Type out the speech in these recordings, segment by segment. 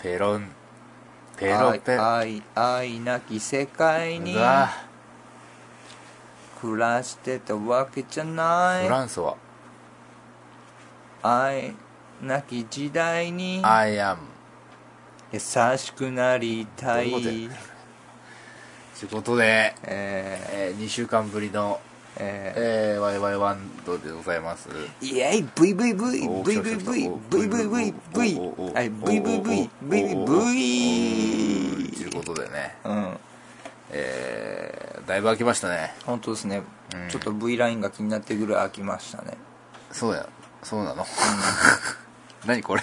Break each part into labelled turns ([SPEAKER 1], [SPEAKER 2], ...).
[SPEAKER 1] ペロンペロ
[SPEAKER 2] 愛
[SPEAKER 1] ペロ
[SPEAKER 2] 愛愛なき世界に
[SPEAKER 1] うわ
[SPEAKER 2] 暮らしてたわけじゃ
[SPEAKER 1] フ
[SPEAKER 2] ない
[SPEAKER 1] ランスは
[SPEAKER 2] 愛なき時代に
[SPEAKER 1] I am
[SPEAKER 2] 優しくなりたい
[SPEAKER 1] どういうこということで、
[SPEAKER 2] えー
[SPEAKER 1] えー、2週間ぶりの、
[SPEAKER 2] え
[SPEAKER 1] えー、YY1 度でございます
[SPEAKER 2] ーイエイ VVVVVVVVV はい VVVVVV
[SPEAKER 1] ということでね
[SPEAKER 2] うん
[SPEAKER 1] えー、だいぶ空きましたね
[SPEAKER 2] 本当ですね、ちょっと V ラインが気になってぐらい開きましたね
[SPEAKER 1] そうやそうなの何これ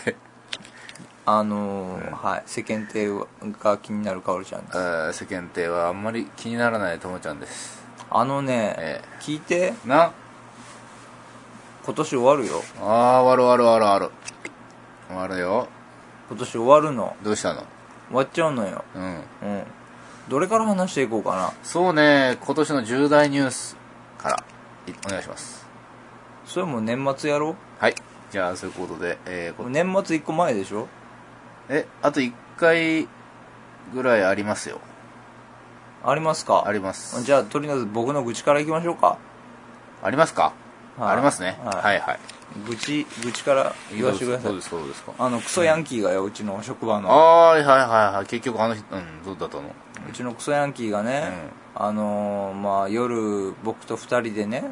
[SPEAKER 2] あのーはい世間体が気になるかおるちゃんです
[SPEAKER 1] あー世間体はあんまり気にならないともちゃんです
[SPEAKER 2] あのね、
[SPEAKER 1] え
[SPEAKER 2] 聞いて
[SPEAKER 1] な
[SPEAKER 2] 今年終わるよ
[SPEAKER 1] ああ終わる終わる終わる終わるよ
[SPEAKER 2] 今年終わるの
[SPEAKER 1] どうしたの
[SPEAKER 2] 終わっちゃうのよ
[SPEAKER 1] うん
[SPEAKER 2] うんどれから話していこうかな
[SPEAKER 1] そうね今年の重大ニュースからいお願いします
[SPEAKER 2] それもう年末やろ
[SPEAKER 1] はいじゃあそういうことでえーこ
[SPEAKER 2] 年末1個前でしょ
[SPEAKER 1] えあと1回ぐらいありますよ
[SPEAKER 2] ありますか
[SPEAKER 1] あります
[SPEAKER 2] じゃあとりあえず僕の愚痴からいきましょうか
[SPEAKER 1] ありますか
[SPEAKER 2] はい
[SPEAKER 1] ありますね
[SPEAKER 2] は
[SPEAKER 1] はいいはい
[SPEAKER 2] 愚痴愚痴から言わせてくださ
[SPEAKER 1] どう
[SPEAKER 2] い
[SPEAKER 1] ですそうですか
[SPEAKER 2] あのクソヤンキーがようちの職場の
[SPEAKER 1] あーはいはいはいはい結局あの人うんどうだったの
[SPEAKER 2] うちのクソヤンキーがね、あのーまあ夜僕と2人でね、
[SPEAKER 1] うん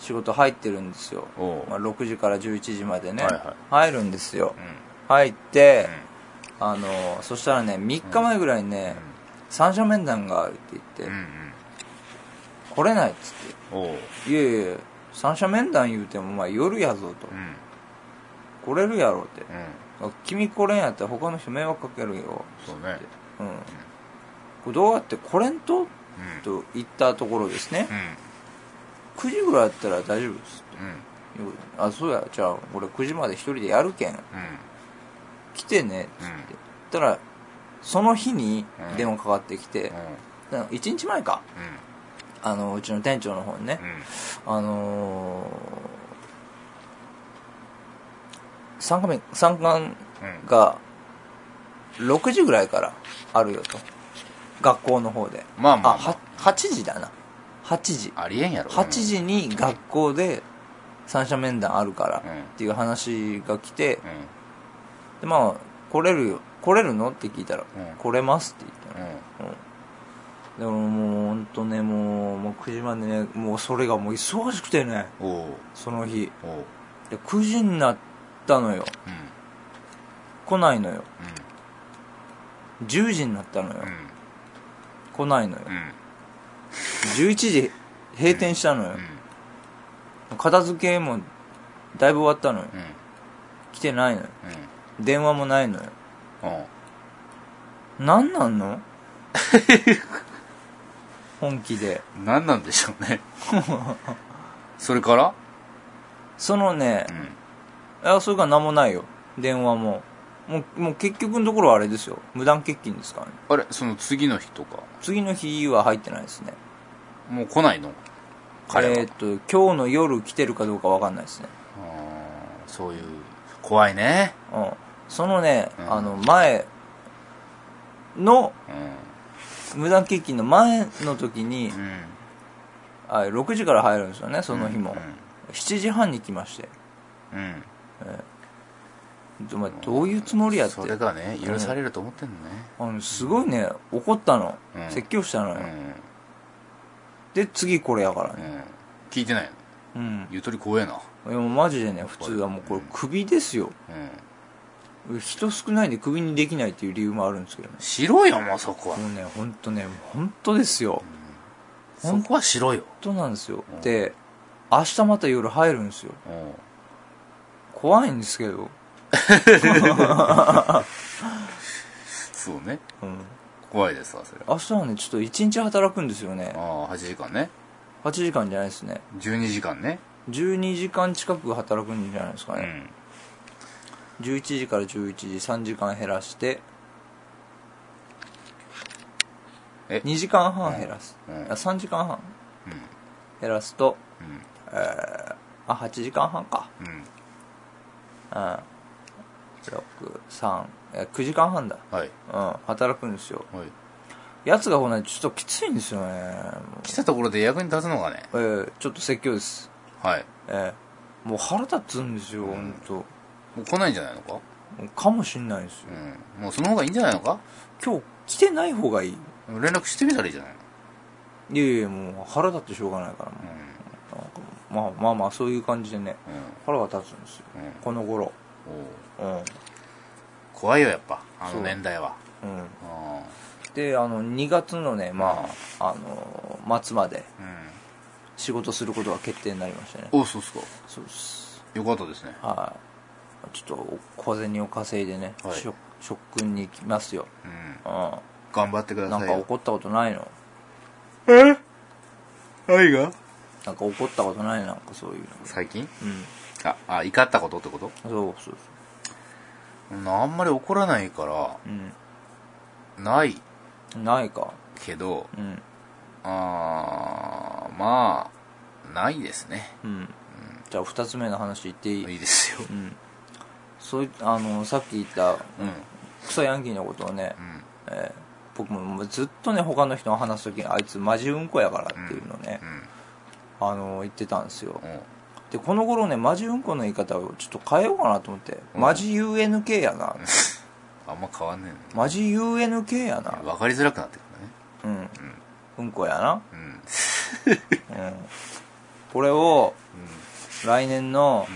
[SPEAKER 2] 仕事入ってるんですよ、
[SPEAKER 1] おう
[SPEAKER 2] まあ、6時から11時までね、
[SPEAKER 1] はいは
[SPEAKER 2] 入るんですよ、
[SPEAKER 1] うん
[SPEAKER 2] 入って、あのーそしたらね3日前ぐらいにね、三者面談があるって言って、
[SPEAKER 1] うんうん
[SPEAKER 2] 来れないっつっ
[SPEAKER 1] おう
[SPEAKER 2] て「いえいえ三者面談言うてもまあ夜やぞ」と
[SPEAKER 1] うん
[SPEAKER 2] 「来れるやろ」って
[SPEAKER 1] うん
[SPEAKER 2] 「君来れんやったら他の人迷惑かけるよ」
[SPEAKER 1] そうね
[SPEAKER 2] うんこれどうやって来れんと?」
[SPEAKER 1] うん
[SPEAKER 2] と言ったところですね
[SPEAKER 1] う
[SPEAKER 2] 9時ぐらいだったら大丈
[SPEAKER 1] んう
[SPEAKER 2] 夫です
[SPEAKER 1] ん
[SPEAKER 2] ということであそうやじゃあ俺9時まで一人でやるけ
[SPEAKER 1] う
[SPEAKER 2] ん
[SPEAKER 1] ん
[SPEAKER 2] 来てね
[SPEAKER 1] うん
[SPEAKER 2] って言ったらその日に
[SPEAKER 1] うん
[SPEAKER 2] 電話かかってきて、1日前かあのうちの店長の方にね
[SPEAKER 1] うんう、ん
[SPEAKER 2] あのー、参加面参観
[SPEAKER 1] うん
[SPEAKER 2] が6時ぐらいからあるよと学校の方で
[SPEAKER 1] まあまあま
[SPEAKER 2] は8時だな8時
[SPEAKER 1] ありえんやろ
[SPEAKER 2] 8時に学校で三者面談あるから
[SPEAKER 1] うん
[SPEAKER 2] っていう話が来て
[SPEAKER 1] うん
[SPEAKER 2] でまあ来れるよ来れるのって聞いた
[SPEAKER 1] う
[SPEAKER 2] ら、
[SPEAKER 1] ん
[SPEAKER 2] 来れますって言っ
[SPEAKER 1] う
[SPEAKER 2] た
[SPEAKER 1] ん
[SPEAKER 2] の、うん、でももう本当ねもうもう9時までねもうそれがもう忙しくてね
[SPEAKER 1] おう
[SPEAKER 2] その日
[SPEAKER 1] おう
[SPEAKER 2] で9時になったのよ
[SPEAKER 1] うん
[SPEAKER 2] 来ないのよ
[SPEAKER 1] う
[SPEAKER 2] 10時になったのよ、
[SPEAKER 1] ん
[SPEAKER 2] 来ないのよ
[SPEAKER 1] うんうん
[SPEAKER 2] 11時閉店したのよ
[SPEAKER 1] う、ん
[SPEAKER 2] 片付けもだいぶ終わったのよ
[SPEAKER 1] うん
[SPEAKER 2] 来てないのよ
[SPEAKER 1] うん
[SPEAKER 2] 電話もないのよ
[SPEAKER 1] うん
[SPEAKER 2] なんな んの本気で
[SPEAKER 1] 何なんでしょうねそれから
[SPEAKER 2] そのね
[SPEAKER 1] う、ん
[SPEAKER 2] あそれから何もないよ電話ももうもう結局のところはあれですよ無断欠勤ですからね
[SPEAKER 1] あれその次の日とか
[SPEAKER 2] 次の日は入ってないですね
[SPEAKER 1] もう来ないの彼は、
[SPEAKER 2] えーっと今日の夜来てるかどうか分かんないですね
[SPEAKER 1] あーそういう怖いね
[SPEAKER 2] うんそのね、
[SPEAKER 1] うん
[SPEAKER 2] あの前の
[SPEAKER 1] う
[SPEAKER 2] 無断欠勤の前の時に、
[SPEAKER 1] んうん
[SPEAKER 2] あ6時から入るんですよねその日も、7時半に来まして
[SPEAKER 1] うん、うん
[SPEAKER 2] お前どういうつもりやって
[SPEAKER 1] それがね許されると思ってんのね
[SPEAKER 2] あのすごいね怒ったの、
[SPEAKER 1] うん
[SPEAKER 2] 説教したのよ、
[SPEAKER 1] うん、
[SPEAKER 2] で次これやから
[SPEAKER 1] う
[SPEAKER 2] ね
[SPEAKER 1] ん、聞いてないの
[SPEAKER 2] うん
[SPEAKER 1] ゆとり怖えな
[SPEAKER 2] でもマジでね普通はもうこれクビですよ
[SPEAKER 1] うん
[SPEAKER 2] 人少ないんでクビにできないっていう理由もあるんですけどね
[SPEAKER 1] しろよもうそこは
[SPEAKER 2] もうね本当ね本当ですよ
[SPEAKER 1] そこはしろよ
[SPEAKER 2] 本当なんですよ、
[SPEAKER 1] うん
[SPEAKER 2] で明日また夜入るんですよ
[SPEAKER 1] うん
[SPEAKER 2] 怖いんですけど、
[SPEAKER 1] そうね
[SPEAKER 2] うん、
[SPEAKER 1] 怖いですわそれは
[SPEAKER 2] 明日はねちょっと1日働くんですよね
[SPEAKER 1] ああ8時間ね
[SPEAKER 2] 8時間じゃないですね
[SPEAKER 1] 12時間ね
[SPEAKER 2] 12時間近く働くんじゃないですか
[SPEAKER 1] う
[SPEAKER 2] ね、
[SPEAKER 1] ん
[SPEAKER 2] 11時から11時3時間減らして
[SPEAKER 1] え
[SPEAKER 2] 2時間半減らす、
[SPEAKER 1] うんうん
[SPEAKER 2] あ3時間半
[SPEAKER 1] うん
[SPEAKER 2] 減らすと
[SPEAKER 1] うん
[SPEAKER 2] あ8時間半か
[SPEAKER 1] うん
[SPEAKER 2] うん6 3え9時間半だ
[SPEAKER 1] はい
[SPEAKER 2] うん働くんですよ
[SPEAKER 1] はい
[SPEAKER 2] やつがほらちょっときついんですよねも
[SPEAKER 1] 来たところで役に立つのがね
[SPEAKER 2] うえーちょっと説教です
[SPEAKER 1] はい
[SPEAKER 2] えーもう腹立つんですよ、ほんと、本
[SPEAKER 1] もう来ないんじゃないのか
[SPEAKER 2] 当かもしんないですよ
[SPEAKER 1] うんもうその方がいいんじゃないのか
[SPEAKER 2] 今日来てない方がいい
[SPEAKER 1] 連絡してみたらいいじゃないの
[SPEAKER 2] いやいやもう腹立ってしょうがないからも
[SPEAKER 1] う
[SPEAKER 2] う、
[SPEAKER 1] ん
[SPEAKER 2] なんかまあまあまあそういう感じでね腹が立つんですよ、
[SPEAKER 1] うん
[SPEAKER 2] この頃
[SPEAKER 1] うんおう
[SPEAKER 2] うん、うん、
[SPEAKER 1] 怖いよやっぱあ
[SPEAKER 2] そ
[SPEAKER 1] の
[SPEAKER 2] う
[SPEAKER 1] 年代はうん
[SPEAKER 2] であの2月のねまああの末まで
[SPEAKER 1] うん
[SPEAKER 2] 仕事することが決定になりましたね
[SPEAKER 1] おうそうっすか
[SPEAKER 2] そうです
[SPEAKER 1] よかったですね
[SPEAKER 2] はいちょっと小銭を稼いでね、
[SPEAKER 1] はい
[SPEAKER 2] しょ職訓に行きますよ、
[SPEAKER 1] うん
[SPEAKER 2] う
[SPEAKER 1] 頑張ってくだ
[SPEAKER 2] ん、なん
[SPEAKER 1] さい
[SPEAKER 2] か
[SPEAKER 1] よ
[SPEAKER 2] 怒ったことないの
[SPEAKER 1] え何が
[SPEAKER 2] なんか怒ったことないなんかそういうの
[SPEAKER 1] 最近
[SPEAKER 2] うん
[SPEAKER 1] ああ怒ったことってこと
[SPEAKER 2] そうそうそう
[SPEAKER 1] うんあんまり怒らないから
[SPEAKER 2] う
[SPEAKER 1] ない
[SPEAKER 2] んないか
[SPEAKER 1] けど
[SPEAKER 2] うん
[SPEAKER 1] あーまあないですね
[SPEAKER 2] うんじゃあ2つ目の話言っていい、
[SPEAKER 1] いいですよ
[SPEAKER 2] うんそういあのさっき言った
[SPEAKER 1] うん
[SPEAKER 2] クソヤンキーのことをね、
[SPEAKER 1] うん
[SPEAKER 2] えー僕ももうずっとね他の人の話す時にあいつマジうんこやからっていうのをね、あの言ってたんですよ
[SPEAKER 1] うんうん
[SPEAKER 2] でこの頃ねマジうんこの言い方をちょっと変えようかなと思って、
[SPEAKER 1] うん
[SPEAKER 2] マジ UNK やな
[SPEAKER 1] あんま変わんねえ
[SPEAKER 2] マジ UNK や
[SPEAKER 1] な
[SPEAKER 2] な
[SPEAKER 1] 分かりづらくなってくるね
[SPEAKER 2] うんうんこやな、
[SPEAKER 1] うんうん
[SPEAKER 2] うん、これを来年の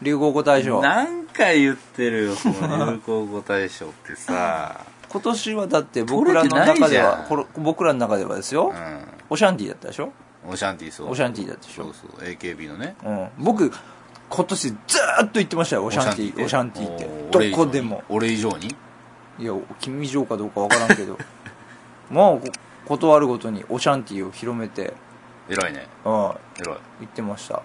[SPEAKER 2] 流行語大賞
[SPEAKER 1] 何回言ってるよこの流行語大賞って さ
[SPEAKER 2] 今年はだって僕らの中では
[SPEAKER 1] 取
[SPEAKER 2] これ
[SPEAKER 1] れてない
[SPEAKER 2] 僕らの中ではですよ、
[SPEAKER 1] う
[SPEAKER 2] オシャンティだったでしょ
[SPEAKER 1] んオシャンティーそう
[SPEAKER 2] オシャンティだったでし
[SPEAKER 1] そ
[SPEAKER 2] ょ
[SPEAKER 1] う、そう AKB のね
[SPEAKER 2] うん、僕今年ずーっと言ってましたよオシャンティオシャンティってどこでも
[SPEAKER 1] 俺以上に俺以上に
[SPEAKER 2] いや君以上かどうかわからんけど まあこ断るごとにオシャンティを広めて、
[SPEAKER 1] 偉いね
[SPEAKER 2] うん、
[SPEAKER 1] 偉い
[SPEAKER 2] 言ってました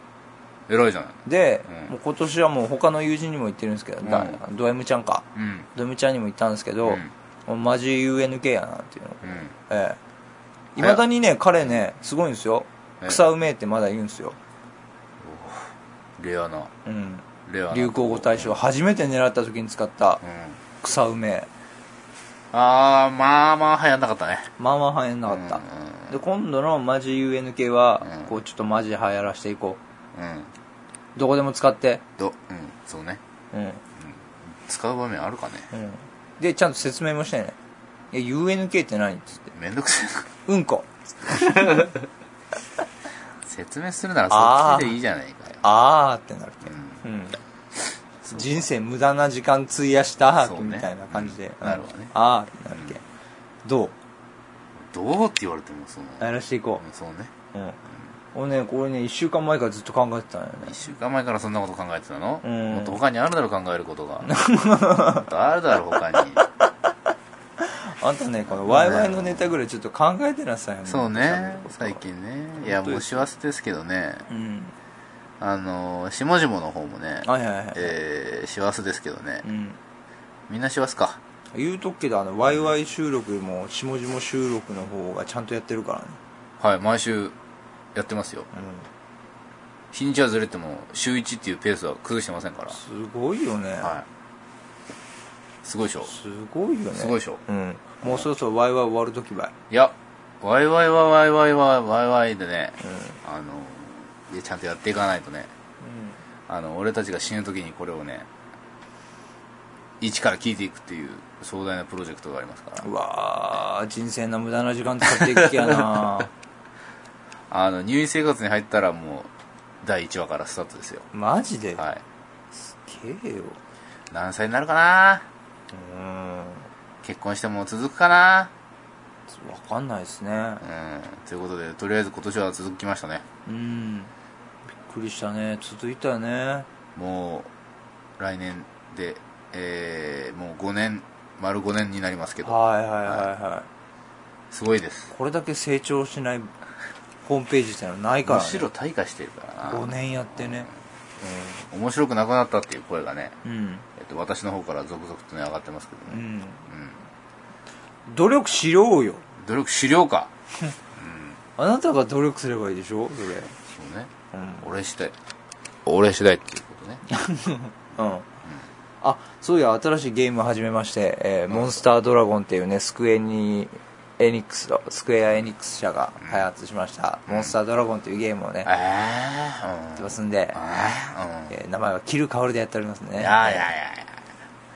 [SPEAKER 1] 偉いじゃない
[SPEAKER 2] で、
[SPEAKER 1] うん
[SPEAKER 2] もう今年はもう他の友人にも言ってるんですけど、だド M ちゃんか
[SPEAKER 1] うん
[SPEAKER 2] ド M ちゃんにも言ったんですけど、
[SPEAKER 1] うん
[SPEAKER 2] もうマジ UNK やなっていうの
[SPEAKER 1] うん
[SPEAKER 2] ええいまだにね彼ねすごいんですよ
[SPEAKER 1] ええ
[SPEAKER 2] 草うめえってまだ言うんですよ、
[SPEAKER 1] レアな
[SPEAKER 2] うん、
[SPEAKER 1] レアな
[SPEAKER 2] 流行語大賞初めて狙った時に使っ
[SPEAKER 1] う
[SPEAKER 2] た
[SPEAKER 1] ん
[SPEAKER 2] 草うめえ
[SPEAKER 1] ああまあまあ流行んなかったね
[SPEAKER 2] まあまあ流行んなかった、で今度のマジ UNK
[SPEAKER 1] うん
[SPEAKER 2] はこうちょっとマジ流行らしていこ
[SPEAKER 1] うんうん
[SPEAKER 2] うどこでも使って
[SPEAKER 1] どうんそうね
[SPEAKER 2] うん、うん、
[SPEAKER 1] 使う場面あるかね
[SPEAKER 2] でちゃんと説明もしてねえ UNK って何っつって
[SPEAKER 1] めんどくさい
[SPEAKER 2] うんこ
[SPEAKER 1] な説明するならそっちでいいじゃないかよ
[SPEAKER 2] あーってなるけ
[SPEAKER 1] うん
[SPEAKER 2] ど、うん、人生無駄な時間費やした
[SPEAKER 1] そうね
[SPEAKER 2] みたいな感じで、
[SPEAKER 1] うんなるわね
[SPEAKER 2] あーってなるけ、
[SPEAKER 1] うん
[SPEAKER 2] どう
[SPEAKER 1] どうって言われてもその
[SPEAKER 2] やらしていこ
[SPEAKER 1] うんそうね
[SPEAKER 2] う、うん、俺ねこれね1週間前からずっと考えてたんよね
[SPEAKER 1] 1週間前からそんなこと考えてたの、
[SPEAKER 2] うん
[SPEAKER 1] もっと他にあるだろ考えること がもっとあるだろ他に
[SPEAKER 2] あんたねこのワイワイのネタぐらいちょっと考えてなさいよ
[SPEAKER 1] そうね
[SPEAKER 2] 喋る
[SPEAKER 1] 最
[SPEAKER 2] こと
[SPEAKER 1] 近ねいや
[SPEAKER 2] 本当
[SPEAKER 1] もう
[SPEAKER 2] です
[SPEAKER 1] 幸せですけどね
[SPEAKER 2] うん
[SPEAKER 1] あの下々の方もね
[SPEAKER 2] はいはいはい、
[SPEAKER 1] えー、幸せですけどね
[SPEAKER 2] うん
[SPEAKER 1] みんな幸せか
[SPEAKER 2] 言うとくけどあのワイワイ収録も下々収録の方がちゃんとやってるからね
[SPEAKER 1] はい毎週やってますよ
[SPEAKER 2] う
[SPEAKER 1] 日にちはずれても週1っていうペースは崩してませんから
[SPEAKER 2] んすごいよね、
[SPEAKER 1] はいすごいでしょ
[SPEAKER 2] すごいよね
[SPEAKER 1] すごいでしょ
[SPEAKER 2] うんもうそろそろワイワイ終わるときばい
[SPEAKER 1] いやワイワイワイワイワイワイワイワイでね
[SPEAKER 2] うん、
[SPEAKER 1] あのいやちゃんとやっていかないとねあの俺たちが死ぬ時にこれをね一から聞いていくっていう壮大なプロジェクトがありますから
[SPEAKER 2] うわー人生の無駄な時間使っていく気 やな
[SPEAKER 1] あの入院生活に入ったらもう第1話からスタートですよ
[SPEAKER 2] マジで、
[SPEAKER 1] はい
[SPEAKER 2] けえよ
[SPEAKER 1] 何歳になるかな
[SPEAKER 2] うん
[SPEAKER 1] 結婚しても続くかな
[SPEAKER 2] わかんないですね
[SPEAKER 1] うんということでとりあえず今年は続きましたね
[SPEAKER 2] うんびっくりしたね続いたよね
[SPEAKER 1] もう来年でえー、もう5年丸5年になりますけど
[SPEAKER 2] はいはいはいは
[SPEAKER 1] すごいです
[SPEAKER 2] いこれだけ成長しないホームページってのはないから
[SPEAKER 1] む
[SPEAKER 2] ね
[SPEAKER 1] しろ退化してるからな
[SPEAKER 2] 5年やってね
[SPEAKER 1] 面白くなくなったっていう声がね、
[SPEAKER 2] うん
[SPEAKER 1] えっと、私の方から続々とね上がってますけ
[SPEAKER 2] う
[SPEAKER 1] どね、
[SPEAKER 2] ん
[SPEAKER 1] うん、
[SPEAKER 2] 努力しようよ
[SPEAKER 1] 努力資料か
[SPEAKER 2] あなたが努力すればいいでしょそれ
[SPEAKER 1] そうね
[SPEAKER 2] うん、
[SPEAKER 1] 俺次第俺次第っていうことね
[SPEAKER 2] うん、あそういや新しいゲーム始めまして、えーモンスタードラゴンっていうねスクエニエニックスのスクエアエニックス社が開発しました、モンスタードラゴンっていうゲームをねやっ
[SPEAKER 1] ああ
[SPEAKER 2] てますんで、
[SPEAKER 1] ああ
[SPEAKER 2] えー名前はキルカオルでやっておりますんで
[SPEAKER 1] うんい
[SPEAKER 2] ね
[SPEAKER 1] やいやいやいや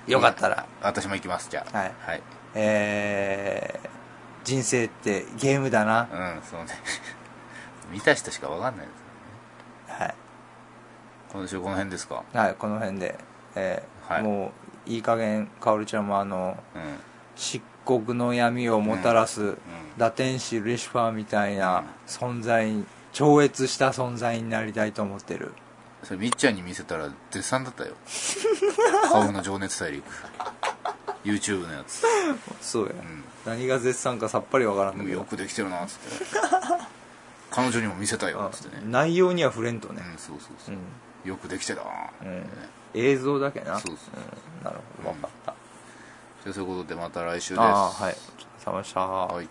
[SPEAKER 2] よかったら、
[SPEAKER 1] 私も行きますじゃあ
[SPEAKER 2] はいえー人生ってゲームだな、
[SPEAKER 1] はい、うんそうね 見た人しかわかんないですね
[SPEAKER 2] はい
[SPEAKER 1] 今週この辺ですか
[SPEAKER 2] はい、この辺で、えー
[SPEAKER 1] はい
[SPEAKER 2] もういい加減カオルちゃんもあの
[SPEAKER 1] うん
[SPEAKER 2] 漆黒の闇をもたらす、堕天使ルシファーみたいな存在に超越した存在になりたいと思ってる
[SPEAKER 1] それみっちゃんに見せたら絶賛だった よ顔の情熱大陸 YouTube のやつ、
[SPEAKER 2] そうや、
[SPEAKER 1] ん
[SPEAKER 2] 何が絶賛かさっぱりわからん
[SPEAKER 1] う
[SPEAKER 2] け
[SPEAKER 1] ん
[SPEAKER 2] ど
[SPEAKER 1] よくできてるなっつって彼女にも見せたよっつってね
[SPEAKER 2] 内容には触れんとね
[SPEAKER 1] う、んそうそうそう、よくできてたな
[SPEAKER 2] う
[SPEAKER 1] ー
[SPEAKER 2] ん映像だけな
[SPEAKER 1] そうそう
[SPEAKER 2] うんなるほど分かった、
[SPEAKER 1] じゃあそういうことでまた来週です
[SPEAKER 2] ああはいお疲れ様でした
[SPEAKER 1] はい